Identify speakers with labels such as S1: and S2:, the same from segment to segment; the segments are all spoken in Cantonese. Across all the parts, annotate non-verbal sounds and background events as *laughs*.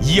S1: 以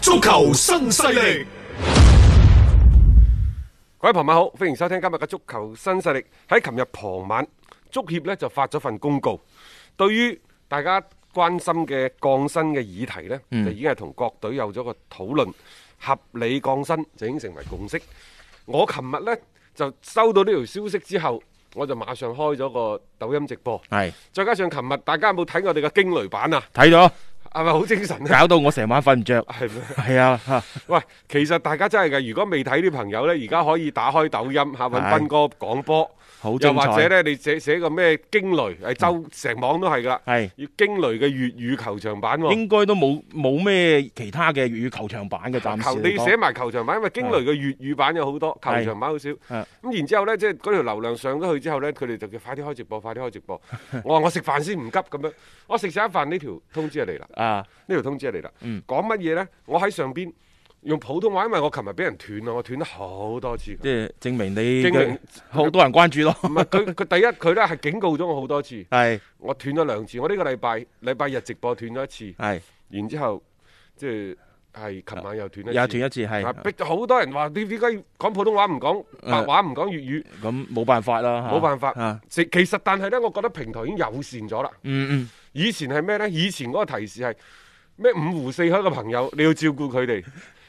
S1: 足球新勢力，
S2: 各位朋友好，歡迎收聽今日嘅足球新勢力。喺琴日傍晚，足協呢就發咗份公告，對於大家關心嘅降薪嘅議題呢，就已經係同各隊有咗個討論，合理降薪就已經成為共識。我琴日呢就收到呢條消息之後，我就馬上開咗個抖音直播，
S3: 係
S2: 再加上琴日大家有冇睇我哋嘅驚雷版啊？
S3: 睇咗，
S2: 係咪好精神啊？
S3: 搞到我成晚瞓唔着。
S2: 係咩？
S3: 係啊，嚇
S2: 喂，其實大家真係嘅，如果未睇啲朋友呢，而家可以打開抖音嚇，揾
S3: 係
S2: 斌哥講波，
S3: 好
S2: 又
S3: 精
S2: 或
S3: 彩嗯
S2: 者呢，你寫寫個咩驚雷，誒周成網都係噶啦，
S3: 係
S2: 要驚雷嘅粵語球場版喎。
S3: 應該都冇冇咩其他嘅粵語球場
S2: *laughs*
S3: 版嘅，暫
S2: 球
S3: 時
S2: 你
S3: 嚟
S2: 寫
S3: 講。
S2: 埋球場版，因為驚雷嘅粵語版有好多，球
S3: 係嗯
S2: 場版好少。咁
S3: 係
S2: 然之後呢，即係嗰條流量上咗去之後呢，佢哋就叫快啲開直播，快啲開
S3: *laughs*
S2: 直播。我話我食飯先唔急咁樣，我食晒一飯呢條通知就嚟啦。
S3: 啊，
S2: 呢條通知就嚟啦。
S3: 嗯
S2: 講乜嘢呢？我喺上邊用普通話，因為我琴日俾人斷啊啦，我斷咗好多次。
S3: *laughs* 即係證明你
S2: 證明
S3: 嘅好多人關注
S2: 唔
S3: 咯。
S2: 係佢佢第一佢咧係警告咗我好多次，
S3: 係
S2: 我斷咗兩次。我呢個禮拜禮拜日直播斷咗一次，
S3: 係
S2: 然之後即係係琴晚又斷一次，
S3: 又斷一次
S2: 啊
S3: 係，
S2: 逼咗好多人話你點解講普通話唔講白話唔講粵語？
S3: 咁冇辦法啦。嚇
S2: 冇辦法
S3: 啊，
S2: 其其實但係呢，我覺得平台已經友善咗啦。
S3: 嗯嗯，
S2: 以前係咩呢？以前嗰個提示係咩五湖四海嘅朋友，你要照顧佢哋。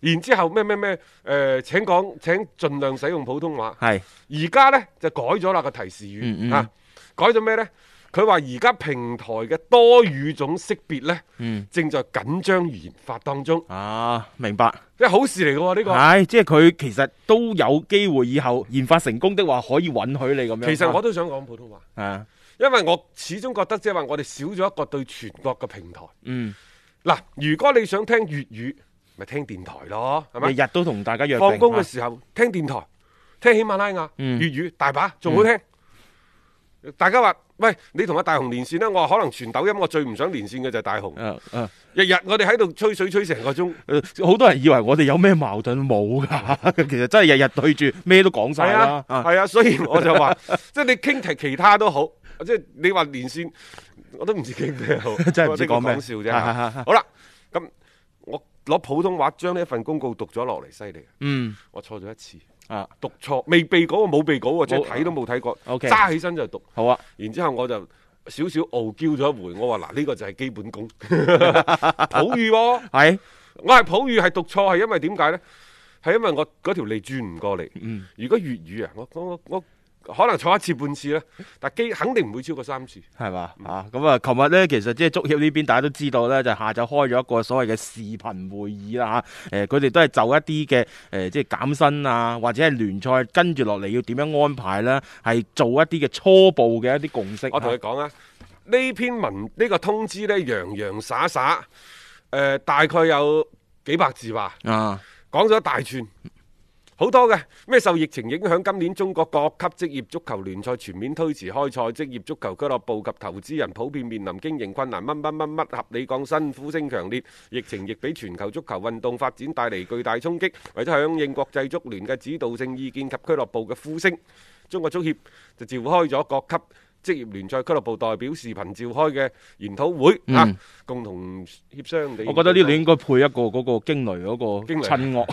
S2: 然之後咩咩咩誒？請講請盡量使用普通話。
S3: 係
S2: 而家呢，就改咗啦個提示語
S3: 嗯嗯
S2: 啊，改咗咩呢？佢話而家平台嘅多語種識別呢，
S3: 嗯
S2: 正在緊張研發當中，
S3: 啊，明白。
S2: 即係好事嚟嘅喎呢個。
S3: 係即係佢其實都有機會以後研發成功的話，可以允許你咁樣。
S2: 其實我都想講普通話，
S3: 啊，
S2: 因為我始終覺得即係話我哋少咗一個對全國嘅平台。
S3: 嗯，
S2: 嗱，如果你想聽粵語，咪聽電台咯，係
S3: 日
S2: 咪？
S3: 日都同大家約定
S2: 放工嘅
S3: 啊
S2: 時候聽電台，聽喜馬拉雅粵
S3: 嗯
S2: 語大把，仲好聽。大家話：喂，你同阿大雄連線啦，我話可能全抖音我最唔想連線嘅就係大雄。
S3: 啊啊
S2: 日日我哋喺度吹水吹成個鐘，
S3: 呃好多人以為我哋有咩矛盾冇噶， *laughs* 其實真係日日對住咩都講晒
S2: 係
S3: 啦
S2: 啊，。係啊，所以我就話， *laughs* 即係你傾題其他都好，即係你話連線，我都唔知傾咩好，
S3: *laughs* 真係唔知講咩啊
S2: 我呢個講笑啫。
S3: 係係係係
S2: 好啦，咁我攞普通話將呢一份公告讀咗落嚟，犀利，啊
S3: 嗯
S2: 我錯咗一次，
S3: 啊，
S2: 讀錯未備稿，冇備稿喎，即係
S3: 冇啊
S2: 睇都冇睇過，
S3: OK
S2: 揸起身就讀，
S3: 好啊，
S2: 然之後我就。少少傲嬌咗一回，我話嗱呢個就係基本功，普語喎、
S3: 係
S2: 我係普語係讀錯，係因為點解呢？係因為我嗰條脷轉唔過嚟。如果粵語啊，我我我我可能錯一次半次啦，但基肯定唔會超過三次。
S3: 係嘛啊，咁啊，琴日咧其實即係足協呢邊大家都知道咧，就下晝開咗一個所謂嘅視頻會議啦嚇，誒佢哋都係就一啲嘅誒即係減薪啊，或者係聯賽跟住落嚟要點樣安排啦，係做一啲嘅初步嘅一啲共識。
S2: 我同你講啊，呢篇文呢、個通知呢，洋洋灑灑，誒、大概有幾百字話，
S3: 啊，
S2: 講咗一大串。好多嘅咩受疫情影響，今年中國各級職業足球聯賽全面推遲開賽，職業足球俱樂部及投資人普遍面臨經營困難，乜乜乜乜合理降薪呼聲強烈，疫情亦俾全球足球運動發展帶嚟巨大衝擊。為咗響應國際足聯嘅指導性意見及俱樂部嘅呼聲，中國足協就召開咗各級職業聯賽俱樂部代表視頻召開嘅研討會、
S3: 嗯
S2: 啊，共同協商地。
S3: 我覺得呢度應該配一個嗰個驚雷嗰個
S2: 驚雷
S3: 襯樂，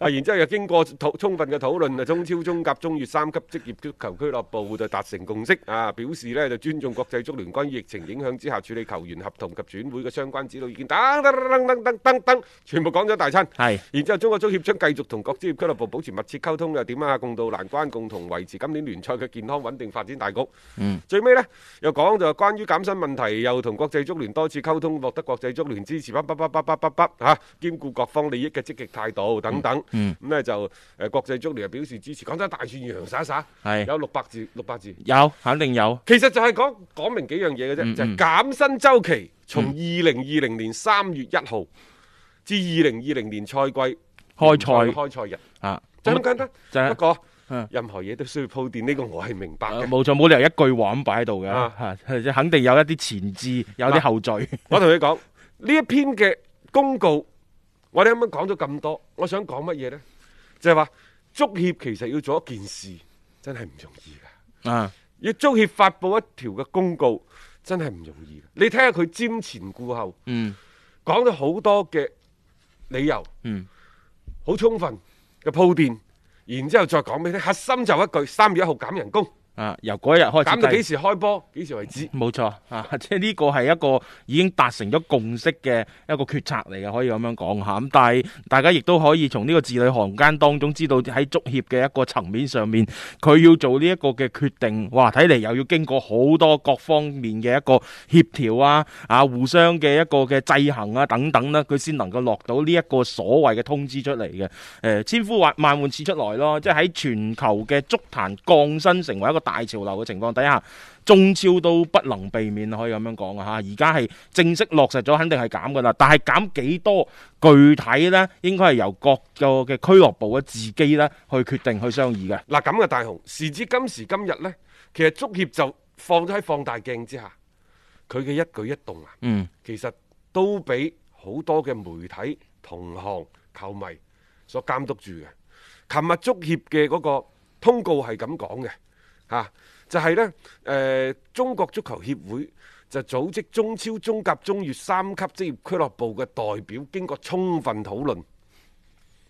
S2: 啊，然之後又經過討充分嘅討論啊，中超、中甲、中乙三級職業足球俱樂部就達成共識啊，表示呢就尊重國際足聯關於疫情影響之下處理球員合同及轉會嘅相關指導意見，等等等等等等等，全部講咗大餐。
S3: 係
S2: 然之後中國足協將繼續同各職業俱樂部保持密切溝通，又點啊，共度難關，共同維持今年聯賽嘅健康穩定發展大局。嗯，最尾呢，又講就關於減薪問題，又同國際足聯多次溝通，獲得國際足聯支持，北北北北北北北嚇，兼顧各方利益嘅積極態度等等。嗯，咁呢就誒國際足聯又表示支持，講得大串洋洋灑灑，
S3: 係
S2: 有六百字，六百字。
S3: 有肯定有，
S2: 其實就係講講明幾樣嘢嘅啫，就係減薪周期從二零二零年三月一號至二零二零年賽季
S3: 開賽
S2: 嗯開賽日，
S3: 啊，
S2: 就
S3: 咁
S2: 咁簡單。
S3: 就係
S2: 不過
S3: 嗯
S2: 任何嘢都需要鋪墊，呢個我係明白
S3: 啊 *laughs*
S2: 嘅。
S3: 冇錯，冇理由一句話咁擺喺度嘅
S2: 啊
S3: 嚇，即係肯定有一啲前置，有啲後序。
S2: 我同你講呢一篇嘅公告，我哋啱啱講咗咁多，我想講乜嘢呢？就係話足協其實要做一件事，真係唔容易㗎。
S3: 啊，
S2: 要足協發布一條嘅公告，真係唔容易㗎。你睇下佢瞻前顧後，
S3: 嗯，
S2: 講咗好多嘅理由，
S3: 嗯，
S2: 好充分嘅鋪墊，然之後再講俾你聽。核心就一句：三月一號減人工，
S3: 啊，由嗰一日開始
S2: 減到
S3: 計
S2: 幾時開波，幾時為止。
S3: 冇錯啊，即係呢個係一個已經達成咗共識嘅一個決策嚟嘅，可以咁樣講嚇。咁但係大家亦都可以從呢個字裏行間當中知道喺足協嘅一個層面上面，佢要做呢一個嘅決定，哇！睇嚟又要經過好多各方面嘅一個協調啊，啊互相嘅一個嘅制衡啊等等啦，佢先能夠落到呢一個所謂嘅通知出嚟嘅。誒、千呼萬萬喚始出來咯，即係喺全球嘅足壇降薪成為一個大潮流嘅情況底下。中超都不能避免，可以咁樣講啊！嚇，而家係正式落實咗，肯定係減噶啦。但係減幾多，具體呢應該係由各個嘅俱樂部嘅自己呢去決定去商議嘅。
S2: 嗱咁嘅大雄，時至今時今日呢，其實足協就放咗喺放大鏡之下，佢嘅一舉一動啊，
S3: 嗯，
S2: 其實都俾好多嘅媒體、同行、球迷所監督住嘅。琴日足協嘅嗰個通告係咁講嘅，嚇、就係、呢，誒、中國足球協會就組織中超、中甲、中乙三級職業俱樂部嘅代表，經過充分討論，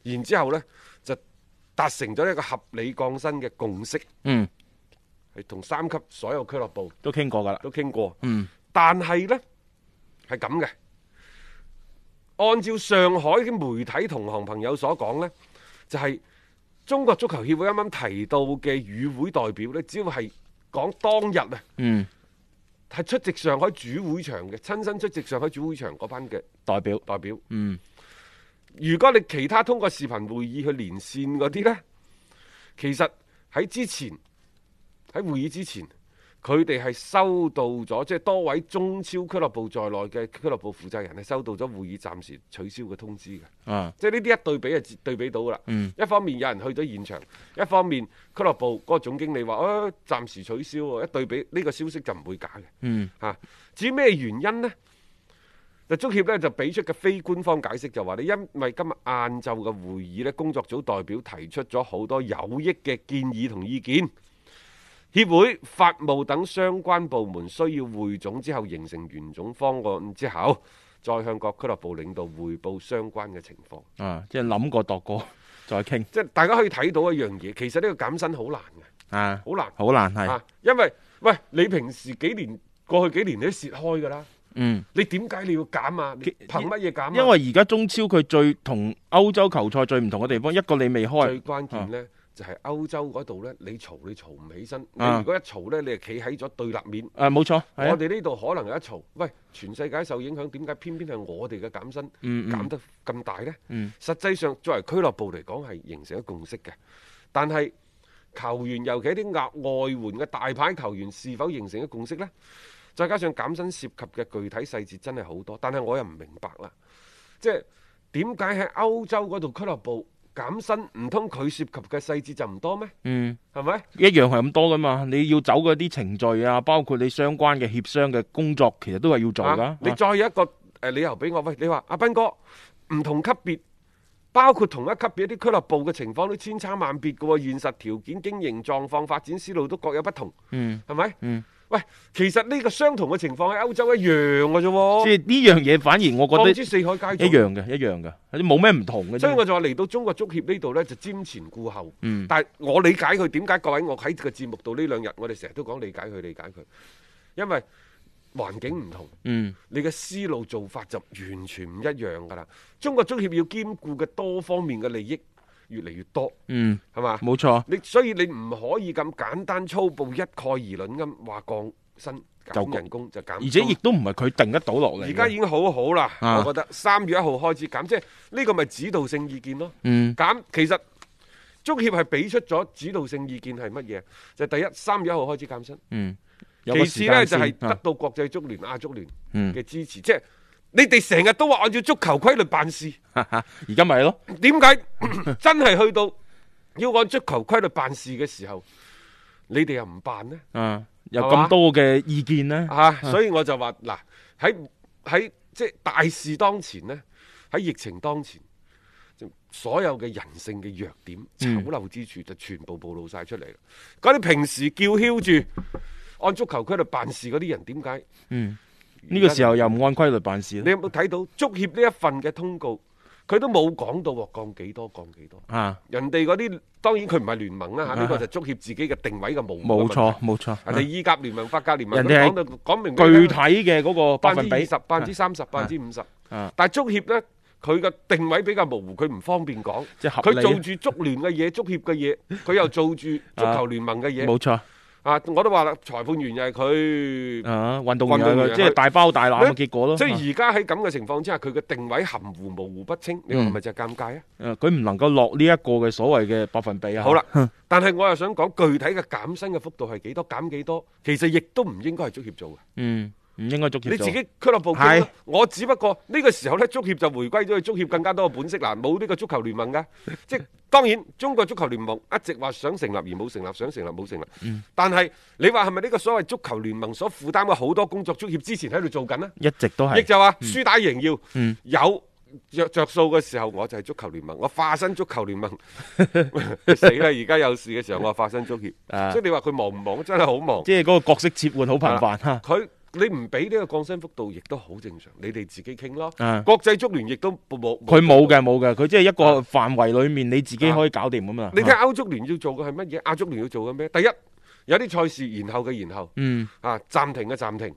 S2: 然之後呢，就達成咗一個合理降薪嘅共識，
S3: 嗯，
S2: 係同三級所有俱樂部
S3: 都傾過噶啦。
S2: 都傾過，
S3: 嗯，
S2: 但係呢，係咁嘅。按照上海嘅媒體同行朋友所講呢，就係、中國足球協會啱啱提到嘅與會代表呢，只要係講當日啊，
S3: 嗯，
S2: 係出席上海主會場嘅，親身出席上海主會場嗰班嘅
S3: 代表。
S2: 代表。
S3: 嗯，
S2: 如果你其他通過視頻會議去連線嗰啲呢，其實喺之前喺會議之前，佢哋係收到咗，即係多位中超俱樂部在內嘅俱樂部負責人係收到咗會議暫時取消嘅通知嘅。
S3: 啊，
S2: 即係呢啲一對比就知對比到噶啦。一方面有人去咗現場，一方面俱樂部嗰個總經理話：，啊，暫時取消喎。一對比呢、個消息就唔會假嘅。
S3: 嗯，
S2: 嚇、至於咩原因呢？就足協呢就俾出嘅非官方解釋就話咧，因為今日晏晝嘅會議呢，工作組代表提出咗好多有益嘅建議同意見。協會、法務等相關部門需要匯總之後形成原總方案之後，再向各俱樂部領導匯報相關嘅情況。
S3: 啊，即係諗過度過再傾
S2: 即係大家可以睇到一樣嘢，其實呢個減薪好難嘅，
S3: 啊，
S2: 好難
S3: 好難係。
S2: 啊！因為喂，你平時幾年過去幾年你都蝕開㗎啦，
S3: 嗯，
S2: 你點解你要減啊？你
S3: 其
S2: 憑乜嘢減啊？
S3: 因為而家中超佢最同歐洲球賽最唔同嘅地方，一個你未開
S2: 最，關鍵呢，就係歐洲嗰度呢，你嘈你嘈唔起身，你
S3: 啊
S2: 如果一嘈呢，你係企喺咗對立面。
S3: 誒冇錯，係
S2: 我
S3: 啊
S2: 哋呢度可能有一嘈，喂，全世界受影響，點解偏偏係我哋嘅減薪
S3: 嗯嗯
S2: 減得咁大呢？
S3: 嗯
S2: 實際上作為俱樂部嚟講係形成咗共識嘅，但係球員尤其係啲額外援嘅大牌球員是否形成咗共識呢？再加上減薪涉及嘅具體細節真係好多，但係我又唔明白啦，即係點解喺歐洲嗰度俱樂部減薪，唔通佢涉及嘅細節就唔多咩？
S3: 嗯。
S2: 係咪？
S3: 一樣係咁多噶嘛，你要走嗰啲程序啊，包括你相關嘅協商嘅工作，其實都係要做
S2: 啊
S3: 噶。
S2: 你再有一個誒、呃理由俾我，喂，你話啊阿斌哥唔同級別，包括同一級別一啲俱樂部嘅情況都千差萬別嘅喎，現實條件、經營狀況、發展思路都各有不同，
S3: 嗯
S2: 係咪？
S3: 嗯
S2: 喂，其實呢個相同嘅情況喺歐洲一樣嘅啫喎，
S3: 即係呢樣嘢反而我
S2: 放
S3: 覺
S2: 之
S3: 得
S2: 四海皆
S3: 一
S2: 準。
S3: 樣嘅，一樣嘅，冇咩唔同嘅啫。
S2: 所以我就話嚟到中國足協呢度呢，就瞻前顧後。
S3: 嗯
S2: 但係我理解佢點解各位，我喺個節目度呢兩日，我哋成日都講理解佢，理解佢，因為環境唔同。
S3: 嗯
S2: 你嘅思路做法就完全唔一樣㗎啦。中國足協要兼顧嘅多方面嘅利益越嚟越多，
S3: 嗯，
S2: 係嘛？
S3: 冇錯，
S2: 你所以你唔可以咁簡單粗暴一概而論咁話降薪
S3: 就
S2: 減人工就減，
S3: 而且亦都唔係佢定得到落嚟嘅。
S2: 啊而家已經好好啦，
S3: 啊
S2: 我覺得三月一號開始減，即係呢個咪指導性意見咯。
S3: 嗯
S2: 減其實足協係俾出咗指導性意見係乜嘢？就第一三月一號開始減薪。
S3: 嗯，有個
S2: 其
S3: 時
S2: 次
S3: 間
S2: 呢，就係
S3: 線
S2: 得
S3: 啊
S2: 到國際足聯、亞足聯
S3: 嗯
S2: 嘅支持，即係你哋成日都話按照足球規律辦事，
S3: *laughs* 而家咪係咯，
S2: 點
S3: *coughs*
S2: 解真係去到要按足球規律辦事嘅時候，你哋又唔辦呢？
S3: 啊，有
S2: 係嘛
S3: 咁多嘅意見咧，
S2: 啊，所以我就話嗱，喺喺即係大事當前呢，喺疫情當前，就所有嘅人性嘅弱點、
S3: 嗯
S2: 醜陋之處就全部暴露晒出嚟啦。嗰啲平時叫囂住按足球規律辦事嗰啲人，點解？
S3: 嗯，呢個時候又唔按規律辦事
S2: 你
S3: 咧，
S2: 有冇睇到足協呢一份嘅通告？佢都冇講到話降幾多降幾多，
S3: 啊，
S2: 人哋嗰啲當然佢唔係聯盟啦嚇，
S3: 啊
S2: 呢個就足協自己嘅定位嘅模
S3: 冇
S2: 糊嘅問
S3: 錯
S2: 題。
S3: 冇錯，
S2: 人哋
S3: 啊
S2: 意甲聯盟、法甲聯盟，
S3: 人哋係
S2: 佢講到講明俾
S3: 具
S2: 你
S3: 體
S2: 聽
S3: 嘅嗰個百
S2: 百
S3: 分
S2: 分之
S3: 比
S2: 二十、百分之三十、百分之五十
S3: 啊。
S2: 但係足協呢，佢嘅定位比較模糊，佢唔方便講。
S3: 即係合理
S2: 佢
S3: 啊
S2: 做住足聯嘅嘢、足協嘅嘢，佢又做住足球聯盟嘅嘢。
S3: 冇錯
S2: 啊，我都話啦，裁判員又係佢，
S3: 啊，運動員
S2: 運動
S3: 有
S2: 員
S3: 個即係大包大攬嘅啊結果咯，
S2: 即係而家喺咁嘅情況之下，佢嘅定位含糊模糊不清，你話係咪就係尷尬啊？
S3: 啊佢唔能夠落呢一個嘅所謂嘅百分比啊。
S2: 好啦，但係我又想講具體嘅減薪嘅幅度係幾多，減幾多，其實亦都唔應該係足協做嘅。
S3: 嗯，唔應該足協
S2: 你自
S3: 做
S2: 己俱樂部
S3: 係
S2: 傾啦我只不過呢個時候呢，足協就回歸咗去足協更加多嘅本色嗱，冇呢個足球聯
S3: *laughs*
S2: 盟㗎。即係當然，中國足球聯盟一直話想成立而冇成立，想成立冇成立。但係你話係咪呢個所謂足球聯盟所負擔嘅好多工作，足協之前喺度做緊呢？
S3: 一直都
S2: 亦
S3: 係
S2: 就話輸打贏要、
S3: 嗯
S2: 有着着數嘅時候，我就係足球聯盟，我化身足球聯盟 *laughs* 死啦！而家有事嘅時候，我化身足協，
S3: 啊
S2: 所以你話佢忙唔忙？真係好忙。
S3: 即係嗰個角色切換好頻
S2: 啊
S3: 繁嚇。
S2: 佢你唔俾呢個降薪幅度，亦都好正常。你哋自己傾咯。
S3: 啊
S2: 國際足聯亦都冇啊
S3: 佢冇嘅。冇嘅，佢即係一個範圍裡面你自己可以搞掂咁啊嘛。
S2: 你睇歐足聯要做嘅係乜嘢？亞足聯要做嘅咩？第一有啲賽事延後嘅延後，
S3: 嗯
S2: 啊暫停嘅暫停，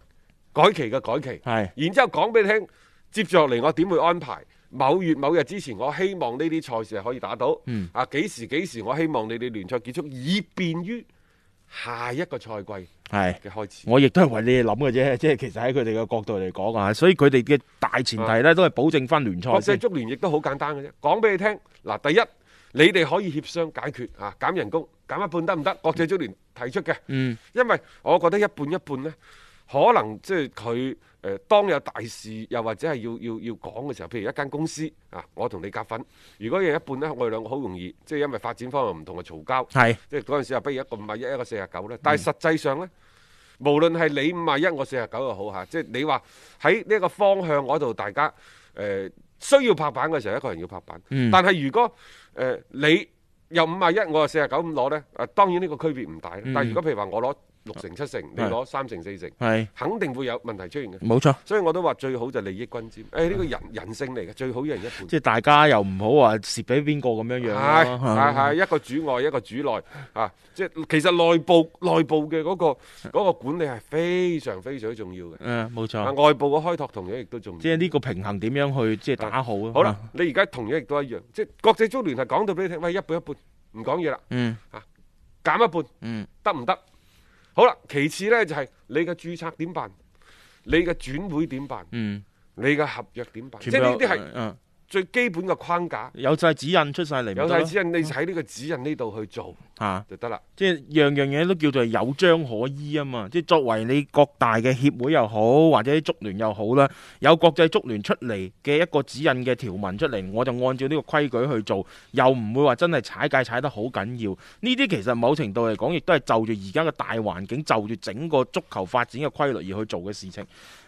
S2: 改期嘅改期。
S3: 係
S2: 然之後講俾你聽，接住落嚟我點會安排？某月某日之前，我希望呢啲賽事係可以打到。
S3: 嗯
S2: 啊，幾時幾時我希望你哋聯賽結束，以便於下一個賽季
S3: 係。
S2: 嘅開始。
S3: 我亦都係為你哋諗嘅啫， *laughs* 即係其實喺佢哋嘅角度嚟講啊，所以佢哋嘅大前提咧都係保證翻聯賽
S2: 啊國際
S3: 先。
S2: 哦足聯亦都好簡單嘅啫，講俾你聽。嗱，第一你哋可以協商解決啊，減人工減一半得唔得？國際足聯提出嘅，
S3: 嗯
S2: 因為我覺得一半一半呢，可能即係佢誒當有大事，又或者係要要要講嘅時候，譬如一間公司啊，我同你夾份，如果有一半呢，我哋兩個好容易即係因為發展方向唔同嘅嘈交，
S3: 係
S2: 即係嗰陣時啊，不如一個五廿一，一個四廿
S3: 嗯
S2: 九咧。但係實際上呢，無論係你五廿一，我四廿九又好嚇，即係你話喺呢一個方向嗰度，大家誒、呃需要拍板嘅時候，一個人要拍板。
S3: 嗯
S2: 但係如果誒、呃你又五廿一，我又四廿九咁攞呢，誒、啊、當然呢個區別唔大啦。但係如果譬如話我攞六成七成，你
S3: 嗯係
S2: 攞三成四成，
S3: 係
S2: 肯定會有問題出現嘅。
S3: 冇錯，
S2: 所以我都話最好就利益均沾。誒、呢、個人人性嚟嘅，最好一人一半。
S3: 即係大家又唔好話蝕俾邊個咁樣樣
S2: 係
S3: 咯
S2: 係係一個主外一個主內啊！即係其實內
S3: *laughs*
S2: 部內部嘅嗰、個嗰個管理係非常非常之重要嘅，
S3: 嗯，冇
S2: 啊
S3: 錯，
S2: 外部嘅開拓同樣亦都重要。
S3: 即係呢個平衡點樣去即係打好啊。
S2: 好啦，，你而家同樣亦都一樣，即係國際足聯係講到俾你聽，喂一半一半，唔講嘢啦，
S3: 嗯
S2: 減一半
S3: 嗯
S2: 得唔得？好啦，其次呢就係、你嘅註冊點辦，你嘅轉會點辦，
S3: 嗯，
S2: 你嘅合約點辦，即
S3: 全
S2: 係
S3: 部
S2: 呢
S3: 有
S2: 啲係
S3: 嗯
S2: 最基本嘅框架，
S3: 有晒指引出晒嚟咪得
S2: 有
S3: 咯，
S2: 晒指引，你喺呢個指引呢度去做
S3: 嚇。
S2: 就得啦。
S3: 即係樣樣嘢都叫做有章可依啊嘛！即係作為你各大嘅協會又好，或者啲足聯又好啦，有國際足聯出嚟嘅一個指引嘅條文出嚟，我就按照呢個規矩去做，又唔會話真係踩界踩得好緊要。呢啲其實某程度嚟講，亦都係就住而家嘅大環境，就住整個足球發展嘅規律而去做嘅事情。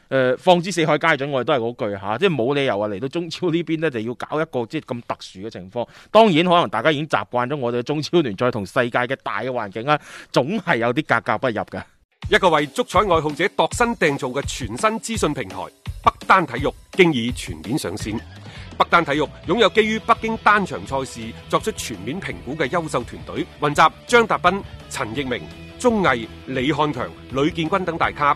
S3: 誒、呃放之四海皆準，我哋都係嗰句嚇，即係冇理由話嚟到中超呢邊呢，就要搞一個即係咁特殊嘅情況。當然，可能大家已啊經習慣咗我哋嘅中超聯賽同世界嘅大嘅環境啦，總係有啲格格不入嘅。
S2: 一個為足彩愛好者度身訂造嘅全新資訊平台北單體育，經已全面上線。北單體育擁有基於北京單場賽事作出全面評估嘅優秀團隊，雲集張達斌、陳奕明、鐘毅、李漢強、呂建軍等大咖，